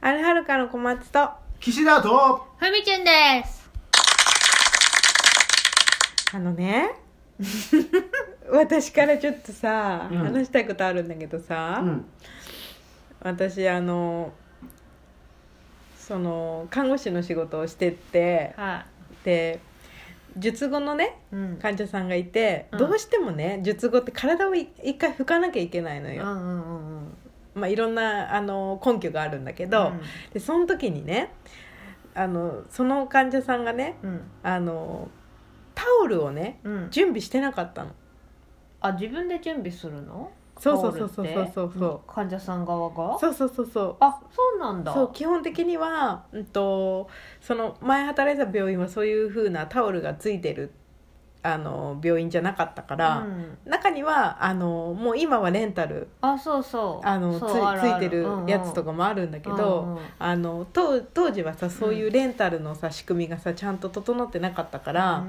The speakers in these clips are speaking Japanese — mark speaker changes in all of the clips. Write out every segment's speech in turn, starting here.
Speaker 1: あるはるかの小松とあ
Speaker 2: 岸田と
Speaker 3: ふみちゅんです。
Speaker 1: のね 私からちょっとさ、
Speaker 2: うん
Speaker 1: 話したいことあるんだけどさ、
Speaker 2: うん
Speaker 1: 私あのその看護師の仕事をしてって
Speaker 3: は
Speaker 1: で術後のね
Speaker 3: い。うん。
Speaker 1: 患者さんがいて、
Speaker 3: うん
Speaker 1: どうしてもね術後って体をい一回拭かなきゃいけないの
Speaker 3: うんう
Speaker 1: よ、
Speaker 3: んうんうん。
Speaker 1: まあ、いろんなあの根拠があるんだけど、でその時にねあのその患者さんがね
Speaker 3: うん。
Speaker 1: あのタオルをね
Speaker 3: うん。うん。
Speaker 1: 準備してなかったの
Speaker 3: あ、自分で準備するの。
Speaker 1: そうそうそうそうそうそう
Speaker 3: タオルって患者さん側が。
Speaker 1: そうそうそうそう
Speaker 3: あ、そうなんだ。
Speaker 1: そう基本的には、うん、とその前働いてた病院はそういう風なタオルがついてるあの病院じゃなかったか
Speaker 3: う
Speaker 1: ら、
Speaker 3: ん。
Speaker 1: 中にはあのもう今はレンタル
Speaker 3: あ、そうそう。
Speaker 1: あのつ
Speaker 3: そうある
Speaker 1: つ
Speaker 3: あ
Speaker 1: いてるやつと
Speaker 3: か
Speaker 1: かもあるんだけど、あの当当時はさそういうレンタルのさ仕組みがさちゃんと整ってなかったから、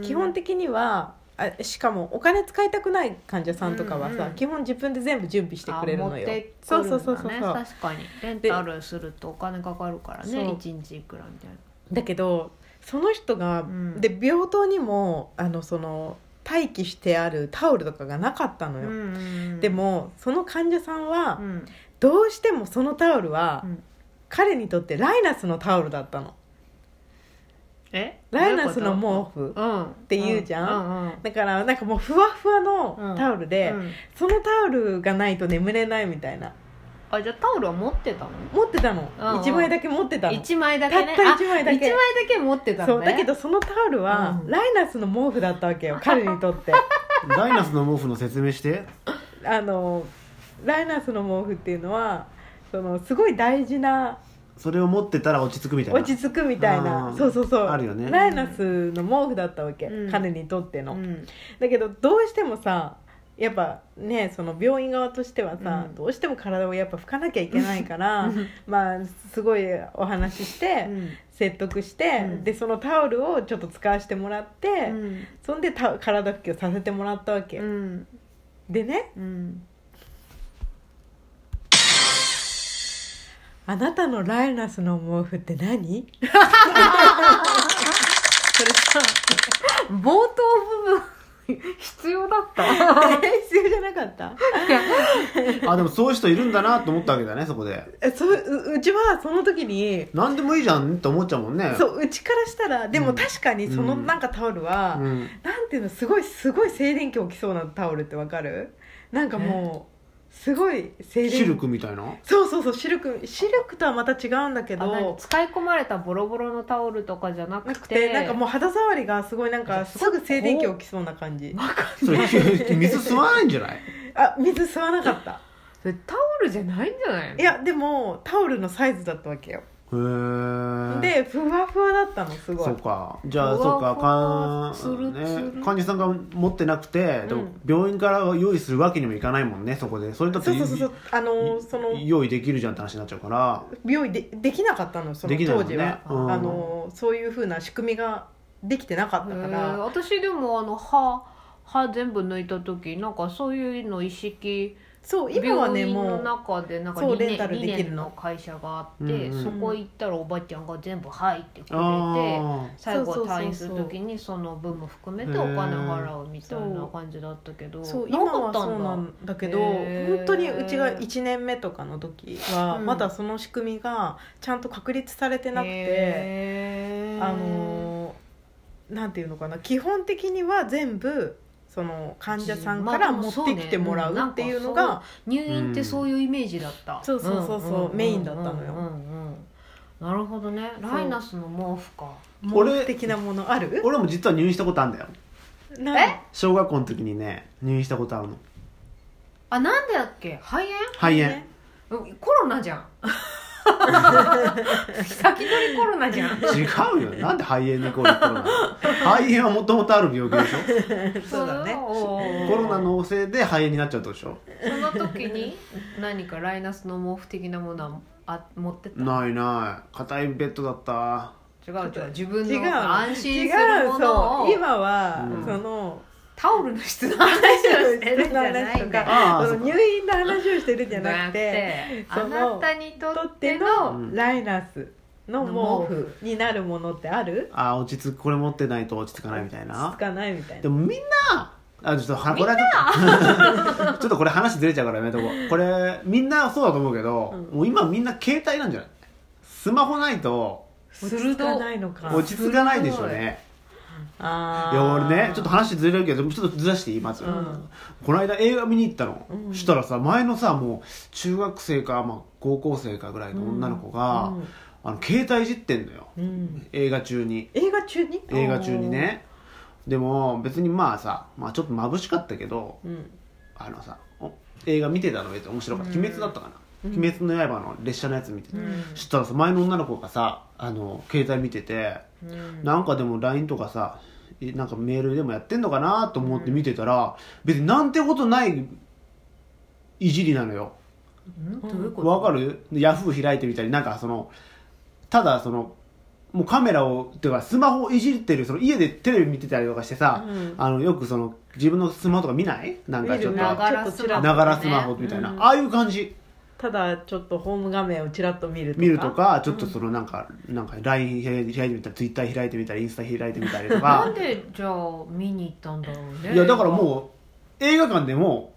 Speaker 1: 基本的にはあしかもお金使いたくない患者さんとかはさ、
Speaker 3: うんうん
Speaker 1: 基本自分で全部準備してくれるのよ。
Speaker 3: そ
Speaker 1: そうう
Speaker 3: そ
Speaker 1: そうう
Speaker 3: そ
Speaker 1: そうう
Speaker 3: そ
Speaker 1: そうう。
Speaker 3: 確かに。レンタルするとお金かかるから
Speaker 1: そ
Speaker 3: ね。
Speaker 1: う
Speaker 3: 一日いくらみたいな。
Speaker 1: だけどその人が、
Speaker 3: うん
Speaker 1: で病棟にもあのその待機してあるタオルとかがなかったのよ、
Speaker 3: んん
Speaker 1: で。もその患者さんは、
Speaker 3: うん。
Speaker 1: どうしてもそのタオルは、
Speaker 3: うん
Speaker 1: 彼にとってライナスのタオルだったの
Speaker 3: え。
Speaker 1: ライナスの
Speaker 3: どういう
Speaker 1: 毛布
Speaker 3: こと。うん。って
Speaker 1: 言うじゃん
Speaker 3: うんうん。
Speaker 1: だからなんかもうふわふわのタオルで、
Speaker 3: うん
Speaker 1: そのタオルがないと眠れないみたいな
Speaker 3: あ、じゃあタオルは持ってたの
Speaker 1: 持ってたの、
Speaker 3: うんうん
Speaker 1: 一1枚だけ持ってたの
Speaker 3: 一枚だけ
Speaker 1: た
Speaker 3: ね
Speaker 1: った一枚だけ
Speaker 3: あ一枚だけ持ってた
Speaker 1: そ
Speaker 3: の
Speaker 1: う
Speaker 3: ね
Speaker 1: だけどそのタオルは、
Speaker 3: うん
Speaker 1: ライナスの毛布だったわ けよ彼にとって。
Speaker 2: ダイナスの毛布の説明して
Speaker 1: あのライナスの毛布っていうのはそのすごい大事な
Speaker 2: それを持ってたら落ち着くみたいな
Speaker 1: 落ち着くみたいな
Speaker 2: うん
Speaker 1: そうそうそう
Speaker 2: あるよね
Speaker 1: ライナスの毛布だったわけ、
Speaker 3: うん
Speaker 1: 彼にとっての、
Speaker 3: うん
Speaker 1: だけどどうしてもさやっぱねその病院側としてはさ、
Speaker 3: うん
Speaker 1: どうしても体をやっぱ拭かなきゃいけないから、
Speaker 3: うん
Speaker 1: まあすごいお話しして、説得して、
Speaker 3: うん
Speaker 1: でそのタオルをちょっと使わせてもらって、
Speaker 3: うん
Speaker 1: そんでた体拭きをさせてもらったわけ、
Speaker 3: うん
Speaker 1: でね
Speaker 3: うん
Speaker 1: あなたのライナスの毛布って何
Speaker 3: それさ冒頭部分必要だっ た
Speaker 1: 必要じゃなかった
Speaker 2: あでもそういう人いるんだなと思ったわけだねそこで
Speaker 1: えそうううちはその時に
Speaker 2: 何でもいいじゃんって思っちゃうもんね
Speaker 1: そううちからしたらで
Speaker 2: う
Speaker 1: も
Speaker 2: ん
Speaker 1: 確かにその
Speaker 2: うん
Speaker 1: なんかタオルは、
Speaker 2: うん、
Speaker 1: なんていうのすごいすごい静電気起きそうなタオルってわかるなんかもうすごい静電気
Speaker 2: シルクみたいな
Speaker 1: そうそうそうシルクシルクとはまた違うんだけ
Speaker 3: あ何
Speaker 1: ど
Speaker 3: 使い込まれたボロボロのタオルとかじゃな
Speaker 1: な
Speaker 3: く
Speaker 1: く
Speaker 3: て
Speaker 1: てなんかもう肌触りがすごいなんかすぐ静電気起きそうな感じ
Speaker 2: それ 水吸わないんじゃない
Speaker 1: あ水吸わなかった
Speaker 3: それタオルじゃないんじゃないの
Speaker 1: いやでもタオルのサイズだったわけよ
Speaker 2: へー
Speaker 1: でふわふわだったのすごい
Speaker 2: そうかじゃあ
Speaker 3: ふ
Speaker 2: そ
Speaker 3: わ
Speaker 2: う
Speaker 3: ふわ
Speaker 2: かか
Speaker 3: つるつる
Speaker 2: ね、患者さんが持ってなくて、で
Speaker 1: う
Speaker 2: も
Speaker 1: ん
Speaker 2: 病院から用意するわけにもいかないもんねそこでそれだって
Speaker 1: そうそうそうそうあのーその
Speaker 2: 用意できるじゃんって話になっちゃうから
Speaker 1: 病院でできなかったのその
Speaker 2: できないも
Speaker 1: 当
Speaker 2: ん
Speaker 1: 時
Speaker 2: ね
Speaker 1: は、
Speaker 2: うん
Speaker 1: あのそういうふうな仕組みができてなかったか
Speaker 3: へー
Speaker 1: ら
Speaker 3: 私でもあの歯歯全部抜いた時なんかそういうの意識
Speaker 1: そう今はね
Speaker 3: 病院
Speaker 1: も
Speaker 3: の
Speaker 1: う
Speaker 3: 中でなんか
Speaker 1: そう
Speaker 3: 2年
Speaker 1: レンタルできるの
Speaker 3: 二年の会社があって、
Speaker 2: うんうん
Speaker 3: そこ行ったらおばちゃんが全部「はい」ってくれて
Speaker 2: あ
Speaker 3: 最後
Speaker 1: そうそうそうそう
Speaker 3: 退院する時にその分も含めてお金払うみたいな感じだったけど
Speaker 1: そう
Speaker 3: な
Speaker 1: 今
Speaker 3: か
Speaker 1: は
Speaker 3: った
Speaker 1: そうん
Speaker 3: だ
Speaker 1: なんだけど
Speaker 3: へー
Speaker 1: 本当にうちが1年目とかの時は
Speaker 3: うん
Speaker 1: まだその仕組みがちゃんと確立されてなくて、
Speaker 3: へー
Speaker 1: あのーなんていうのかな基本的には全部その患者さんから
Speaker 3: まあで
Speaker 1: 持
Speaker 3: も
Speaker 1: っ
Speaker 3: そう
Speaker 1: て
Speaker 3: ね
Speaker 1: きてもらう
Speaker 3: うん
Speaker 1: っていうの
Speaker 3: な
Speaker 1: が
Speaker 3: んか入院ってそういうイメージだった、
Speaker 1: んそうそうそうそうん
Speaker 3: んんん
Speaker 1: メインだったのよ
Speaker 3: うんうんなるほどね
Speaker 1: そう
Speaker 3: ライナスの毛布か
Speaker 1: 目
Speaker 2: 俺
Speaker 1: 的なものあ
Speaker 2: ー
Speaker 1: る
Speaker 2: 俺も実は入院したことあるんだよ
Speaker 1: なん
Speaker 2: 小学校の時にね入院したことあるの
Speaker 3: あなんでだっけ肺炎
Speaker 2: 肺炎
Speaker 1: ね
Speaker 3: うんコロナじゃん先取りコロナじゃん
Speaker 2: 違うよなんで肺炎にこういうコロナ肺炎はもともとある病気で しょ
Speaker 1: そうだね
Speaker 2: コ
Speaker 3: コ
Speaker 2: ロナのせいで肺炎になっちゃうとでしょ
Speaker 3: その時に何かライナスの毛布的なものはあ持ってった
Speaker 2: ないない硬いベッドだった
Speaker 3: 違う違う自分
Speaker 1: 違う
Speaker 3: の安心す
Speaker 1: 違
Speaker 3: る
Speaker 1: う
Speaker 3: もの
Speaker 1: そう
Speaker 3: を
Speaker 1: 今は、
Speaker 2: うん
Speaker 1: その
Speaker 3: タオルの質の話をしてるんじゃないんだよ
Speaker 2: ああ
Speaker 1: そ
Speaker 2: そ
Speaker 1: の
Speaker 2: う
Speaker 1: 入
Speaker 2: か
Speaker 1: 院の話をしてるんじゃなくて
Speaker 3: あなたにと
Speaker 1: と
Speaker 3: っ
Speaker 1: ってて
Speaker 3: の
Speaker 1: のライナスの毛布になるものってある
Speaker 2: あ落ち着くこれ持ってないと落ち着かないみたい
Speaker 1: つ
Speaker 2: な
Speaker 1: かないみたい
Speaker 2: で
Speaker 1: な
Speaker 2: もみんなあちょっとはこれはちょっと ちょっとこれ話ずれちゃうからやめとこうこれみんなそうだと思うけど、
Speaker 1: うん
Speaker 2: もう今みんな携帯なんじゃないスマホないと
Speaker 1: 落ち着かないのか
Speaker 2: 落ち着かないでしょうね
Speaker 1: あ
Speaker 2: い
Speaker 1: ー
Speaker 2: や俺ねちょっと話ずれるけどちょっとずらしていいまず、
Speaker 1: うん
Speaker 2: この間映画見に行ったの、
Speaker 1: うん
Speaker 2: したらさ前のさもう中学生か、まあ、高校生かぐらいの女の子が、あの携帯いじってんのよ
Speaker 1: うんうん
Speaker 2: 映画中に
Speaker 1: 映画中に
Speaker 2: 映画中にねでも別にまあさ、まあ、ちょっと眩しかったけど
Speaker 1: うん
Speaker 2: あのさお映画見てたのえって面白かった「
Speaker 3: うん
Speaker 2: 鬼滅」だったかな「
Speaker 1: うん
Speaker 2: 鬼滅の刃」の列車のやつ見てて、
Speaker 3: うん
Speaker 2: そしたらさ前の女の子がさあの携帯見てて
Speaker 3: うん
Speaker 2: なんかでも LINE とかさいなんかメールでもやってんのかなと思って見てたら、別になんてことないいじりなのよ
Speaker 3: んどういうこと
Speaker 2: わかるヤフー開いてみたりなんかそのただそのもうカメラをてかスマホをいじってるその家でテレビ見てたりとかしてさ、
Speaker 1: うん
Speaker 2: あのよくその自分のスマホとか見ないなんかちょっ
Speaker 1: 見
Speaker 2: と
Speaker 1: るな
Speaker 3: ながらスマホ
Speaker 2: ながらスマホみたいな、
Speaker 1: うん
Speaker 2: ああいう感じ
Speaker 1: ただちょっとホーム画面をちらっと見るとか
Speaker 2: 見るとかちょっとそのなんか、なんか LINE 開いてみたり Twitter 開いてみたりインスタ開いてみたりと
Speaker 3: な
Speaker 2: か
Speaker 3: んでじゃあ見に行ったんだろうね
Speaker 2: いやだからもう映画館でも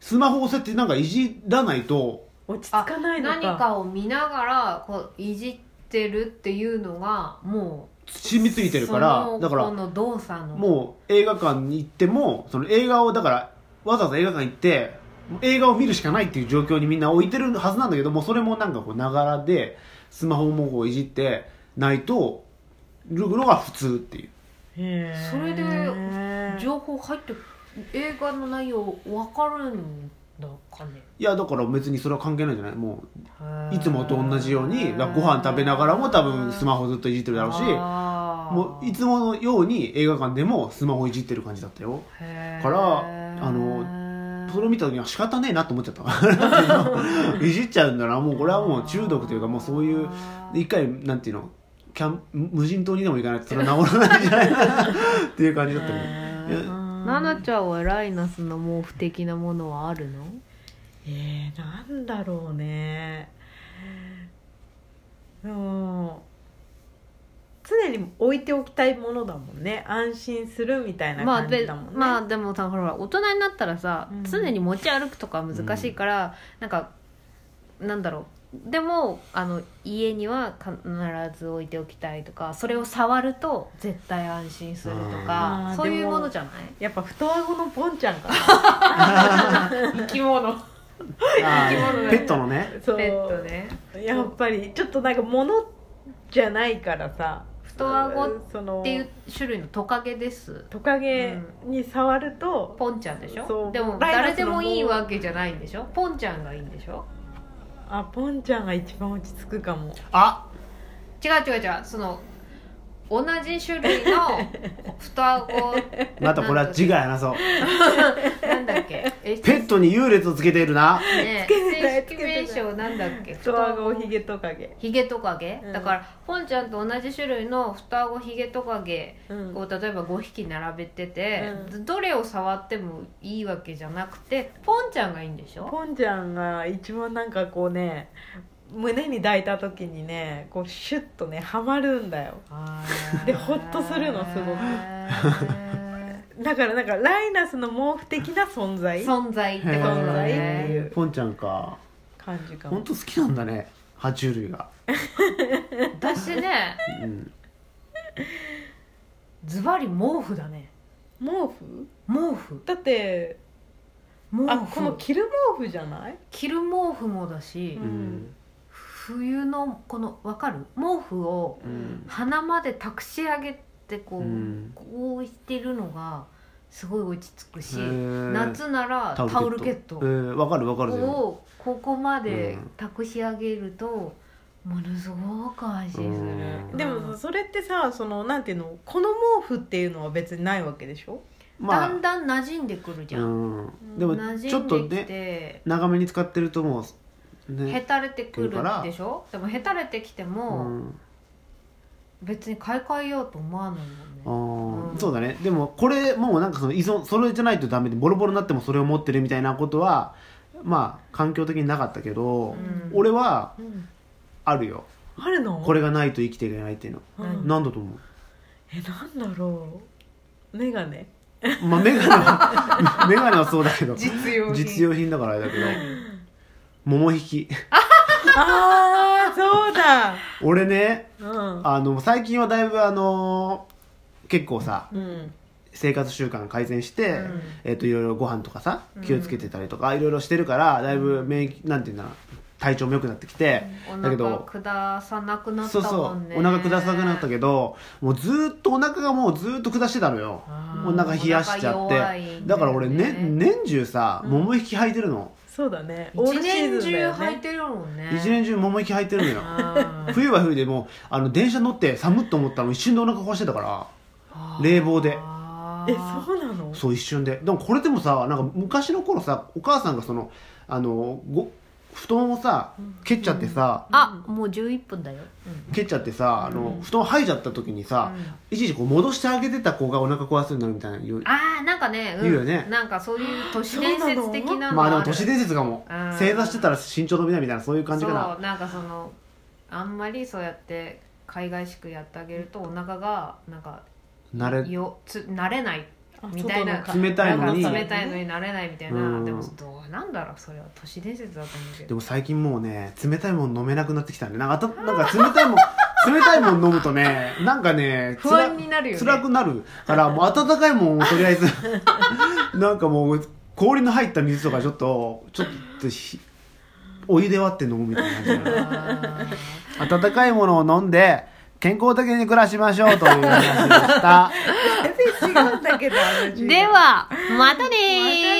Speaker 2: スマホを設定なんかいじらないと
Speaker 1: 落ち着
Speaker 3: あ
Speaker 1: かないのか
Speaker 3: 何かを見ながらこういじってるっていうのがもう
Speaker 2: 染みついてるから
Speaker 3: その
Speaker 2: だか
Speaker 3: こ
Speaker 2: ら
Speaker 3: の動作の
Speaker 2: もう映画館に行ってもその映画をだからわざわざ映画館行って映画を見るしかないっていう状況にみんな置いてるはずなんだけどもうそれもなんかこうながらでスマホもこういじってないとるのが普通っていう
Speaker 1: へー
Speaker 3: それで情報入って映画の内容わかるんだかね
Speaker 2: いやだから別にそれは関係ないんじゃないも
Speaker 3: へ
Speaker 2: う
Speaker 3: ー
Speaker 2: いつもと同じようにだからご飯食べながらも多分スマホずっといじってるだろうし
Speaker 3: あー
Speaker 2: もういつものように映画館でもスマホいじってる感じだったよ
Speaker 3: へー
Speaker 2: からあのそれを見た時には仕方ねえなと思っちゃったいじっちゃうんだなもうこれはもう中毒というかもうそういう
Speaker 3: あー
Speaker 2: 一回なんていうのキャン無人島にでも行かないとそれは治らないんじゃないかなっていう感じだったけど
Speaker 1: へ
Speaker 2: い
Speaker 1: ー
Speaker 2: や
Speaker 3: ナナちゃんはライナスの毛布的なものはあるの
Speaker 1: えー、なんだろうねうん常に置いておきたいものだもんね安心するみたいな
Speaker 3: まあ
Speaker 1: 感じ
Speaker 3: で
Speaker 1: だもんね、
Speaker 3: まあでもさほら大人になったらさ、
Speaker 1: うん
Speaker 3: 常に持ち歩くとか難しいから、なんかなんだろうでもあの家には必ず置いておきたいとかそれを触ると絶対安心すると
Speaker 1: あ
Speaker 3: か
Speaker 1: ー
Speaker 3: そうい
Speaker 1: で
Speaker 3: う
Speaker 1: も
Speaker 3: ものじゃな
Speaker 1: やっぱ太顎のポンちゃんかな
Speaker 3: い生き 物
Speaker 2: あ
Speaker 3: 生き物だ
Speaker 2: ー
Speaker 3: ね
Speaker 2: ペットのね
Speaker 1: そう
Speaker 3: ペットね
Speaker 1: やっぱりちょっとなんか物じゃないからさ
Speaker 3: 太顎
Speaker 1: その
Speaker 3: っていう種類のトカゲです
Speaker 1: トカゲに触ると、
Speaker 3: ポンちゃんでし
Speaker 1: そ
Speaker 3: ょ
Speaker 1: う
Speaker 3: でも
Speaker 1: ライナスの
Speaker 3: 誰でもいいわけじゃないんでしょポンちゃんがいいんでしょ
Speaker 1: あポンちゃんが一番落ち着くかも
Speaker 2: あ
Speaker 3: 違う違う違うその同じ種類 の双顎
Speaker 2: またこれは次回話そう
Speaker 3: なんだっけ え
Speaker 2: ペットに優劣をつけているな
Speaker 3: ね
Speaker 1: けてない
Speaker 3: 正式名称なんだっけ
Speaker 1: 太顎ヒゲトカゲ、
Speaker 3: ヒゲトカゲ、
Speaker 1: うん
Speaker 3: だからポンちゃんと同じ種類の双顎ヒゲトカゲ
Speaker 1: うん
Speaker 3: を例えば5匹並べてて、
Speaker 1: う
Speaker 3: どれを触ってもいいわけじゃなくてポンちゃんがいいんでしょ
Speaker 1: ポンちゃんが一番なんかこうね胸に抱いた時にねこうシュッとねはまるんだよ でほっとするのすごく
Speaker 3: く
Speaker 1: だからなんかライナスの毛布的な存在
Speaker 3: 存在ってこと
Speaker 1: 存
Speaker 3: だ
Speaker 1: 在って
Speaker 3: ね
Speaker 1: いう
Speaker 2: ポンちゃんか
Speaker 1: 感じかも
Speaker 2: 本当好きなんだね爬虫類が、
Speaker 3: 私ね
Speaker 2: うん、
Speaker 3: ズバリ毛布だね
Speaker 1: 毛布
Speaker 3: 毛布
Speaker 1: だって
Speaker 3: 毛布
Speaker 1: あこの着る毛布じゃない
Speaker 3: 着る毛布もだし、
Speaker 2: うん
Speaker 3: 冬のこのわかる毛布を
Speaker 2: うん
Speaker 3: 鼻までたくし上げてこう、
Speaker 2: うん
Speaker 3: こうしてるのがすごい落ち着くし、
Speaker 2: へー
Speaker 3: 夏ならタオルケット
Speaker 2: えーわかるわかる全部
Speaker 3: をここまで
Speaker 2: うん
Speaker 3: たくし上げると、ものすごく安心する、
Speaker 2: うん
Speaker 1: で
Speaker 3: う
Speaker 1: も
Speaker 3: ん
Speaker 1: それってさそのなんていうのこの毛布っていうのは別にないわけでしょ
Speaker 2: まあ
Speaker 3: だんだん馴染んでくるじゃん、
Speaker 2: うん、でも
Speaker 3: 馴
Speaker 2: ちょっと
Speaker 3: 染んでき
Speaker 2: ね
Speaker 3: て
Speaker 2: 長めに使ってるともう
Speaker 3: へ
Speaker 2: ね
Speaker 3: たれてくるでしょでもへたれてきて
Speaker 2: う
Speaker 3: も、
Speaker 2: ん
Speaker 3: 別に買い替えようと思わない
Speaker 2: あ
Speaker 3: もんね
Speaker 2: ー
Speaker 3: うん
Speaker 2: そうだねでもこれもうなんかその依存それじゃないとダメでボロボロになってもそれを持ってるみたいなことはまあ環境的になかったけど、
Speaker 3: うん
Speaker 2: 俺は
Speaker 1: うん
Speaker 2: あるよ
Speaker 1: あるの
Speaker 2: これがないと生きていけないっていうの、
Speaker 1: うん
Speaker 2: 何だと思
Speaker 1: えなんだろう眼鏡
Speaker 2: うまあメガネはメガネはそうだけど
Speaker 3: 実用品
Speaker 2: 実用品だからあれだけど桃引き
Speaker 1: ああそうだ
Speaker 2: 俺ね
Speaker 1: うん
Speaker 2: あの最近はだいぶあの結構さ
Speaker 1: うん
Speaker 2: 生活習慣改善して、
Speaker 3: うん
Speaker 2: えっといろいろご飯とかさ気をつけてたりとか、いろいろしてるからだいぶ免疫なんていうんだろう体調も良くなってきて、
Speaker 3: お
Speaker 2: だけど
Speaker 3: 腹下さなくなっ
Speaker 2: そ
Speaker 3: た
Speaker 2: うそ
Speaker 3: もん
Speaker 2: う
Speaker 3: ね
Speaker 2: お腹下さなくなったけどもうずーっとお腹がもうずーっと下してたのよ
Speaker 1: あー
Speaker 2: もうなんか冷やしちゃっ
Speaker 3: お腹弱いんだよ
Speaker 2: て
Speaker 3: ね
Speaker 2: だから俺、ね、年中さ桃引き履いてるの、
Speaker 1: そうだねオー
Speaker 3: 一
Speaker 1: ルシー
Speaker 3: 年
Speaker 1: ズンだ
Speaker 3: 中
Speaker 1: よ
Speaker 3: 履い
Speaker 1: ね
Speaker 3: てるもんね
Speaker 2: 一年中桃引き履いてるのよ
Speaker 1: あー
Speaker 2: 冬は冬でもうあの電車乗って寒っと思ったら一瞬でお腹壊してたから冷房で
Speaker 1: え
Speaker 3: あ
Speaker 1: そうなの
Speaker 2: そう一瞬ででもこれでもさなんか昔の頃さお母さんがそのあのご布団をさ蹴っちゃってさ、
Speaker 3: あもう11分だよ、うん
Speaker 2: 蹴っちゃってさあの布団吐いちゃった時にさ、いちいちこう戻してあげてた子がお腹壊すようになるみたいな言う
Speaker 3: あーなんかね,、うん、
Speaker 2: 言うよね
Speaker 3: なんかそういう都市伝説的なの
Speaker 2: まあ
Speaker 3: は
Speaker 2: でも
Speaker 3: る
Speaker 2: 都市伝説かも
Speaker 3: うん
Speaker 2: 正座してたら身長伸びないみたいなそういう感じかな
Speaker 3: そうなんかそのあんまりそうやって海外しくやってあげるとお腹がなんか
Speaker 2: 慣れ
Speaker 3: よつ慣れない
Speaker 1: あ
Speaker 3: みたいな
Speaker 1: 外の
Speaker 2: 冷たいのに
Speaker 1: だか
Speaker 3: なんから冷たい のになれないみたいな、
Speaker 2: うん
Speaker 3: でもどうなんだろうそれは都市伝説だと思うけ
Speaker 2: で
Speaker 3: ど
Speaker 2: も最近もうね冷たいもん飲めなくなってきたんでなんかあたなんか冷たい もん冷たいもん飲むとねなんかね
Speaker 3: 不安になるよね
Speaker 2: 辛くなるからもう温かいもんをとりあえ ずなんかもう氷の入った水とかちょっとちょっとひお湯で割って飲むみたいな感じ
Speaker 3: あ
Speaker 2: 温かいものを飲んで健康的に暮らしましょうという話でした。
Speaker 1: 全然違うんだけどあの授
Speaker 3: ー
Speaker 1: 業
Speaker 3: では
Speaker 1: ま
Speaker 3: またねー
Speaker 1: たね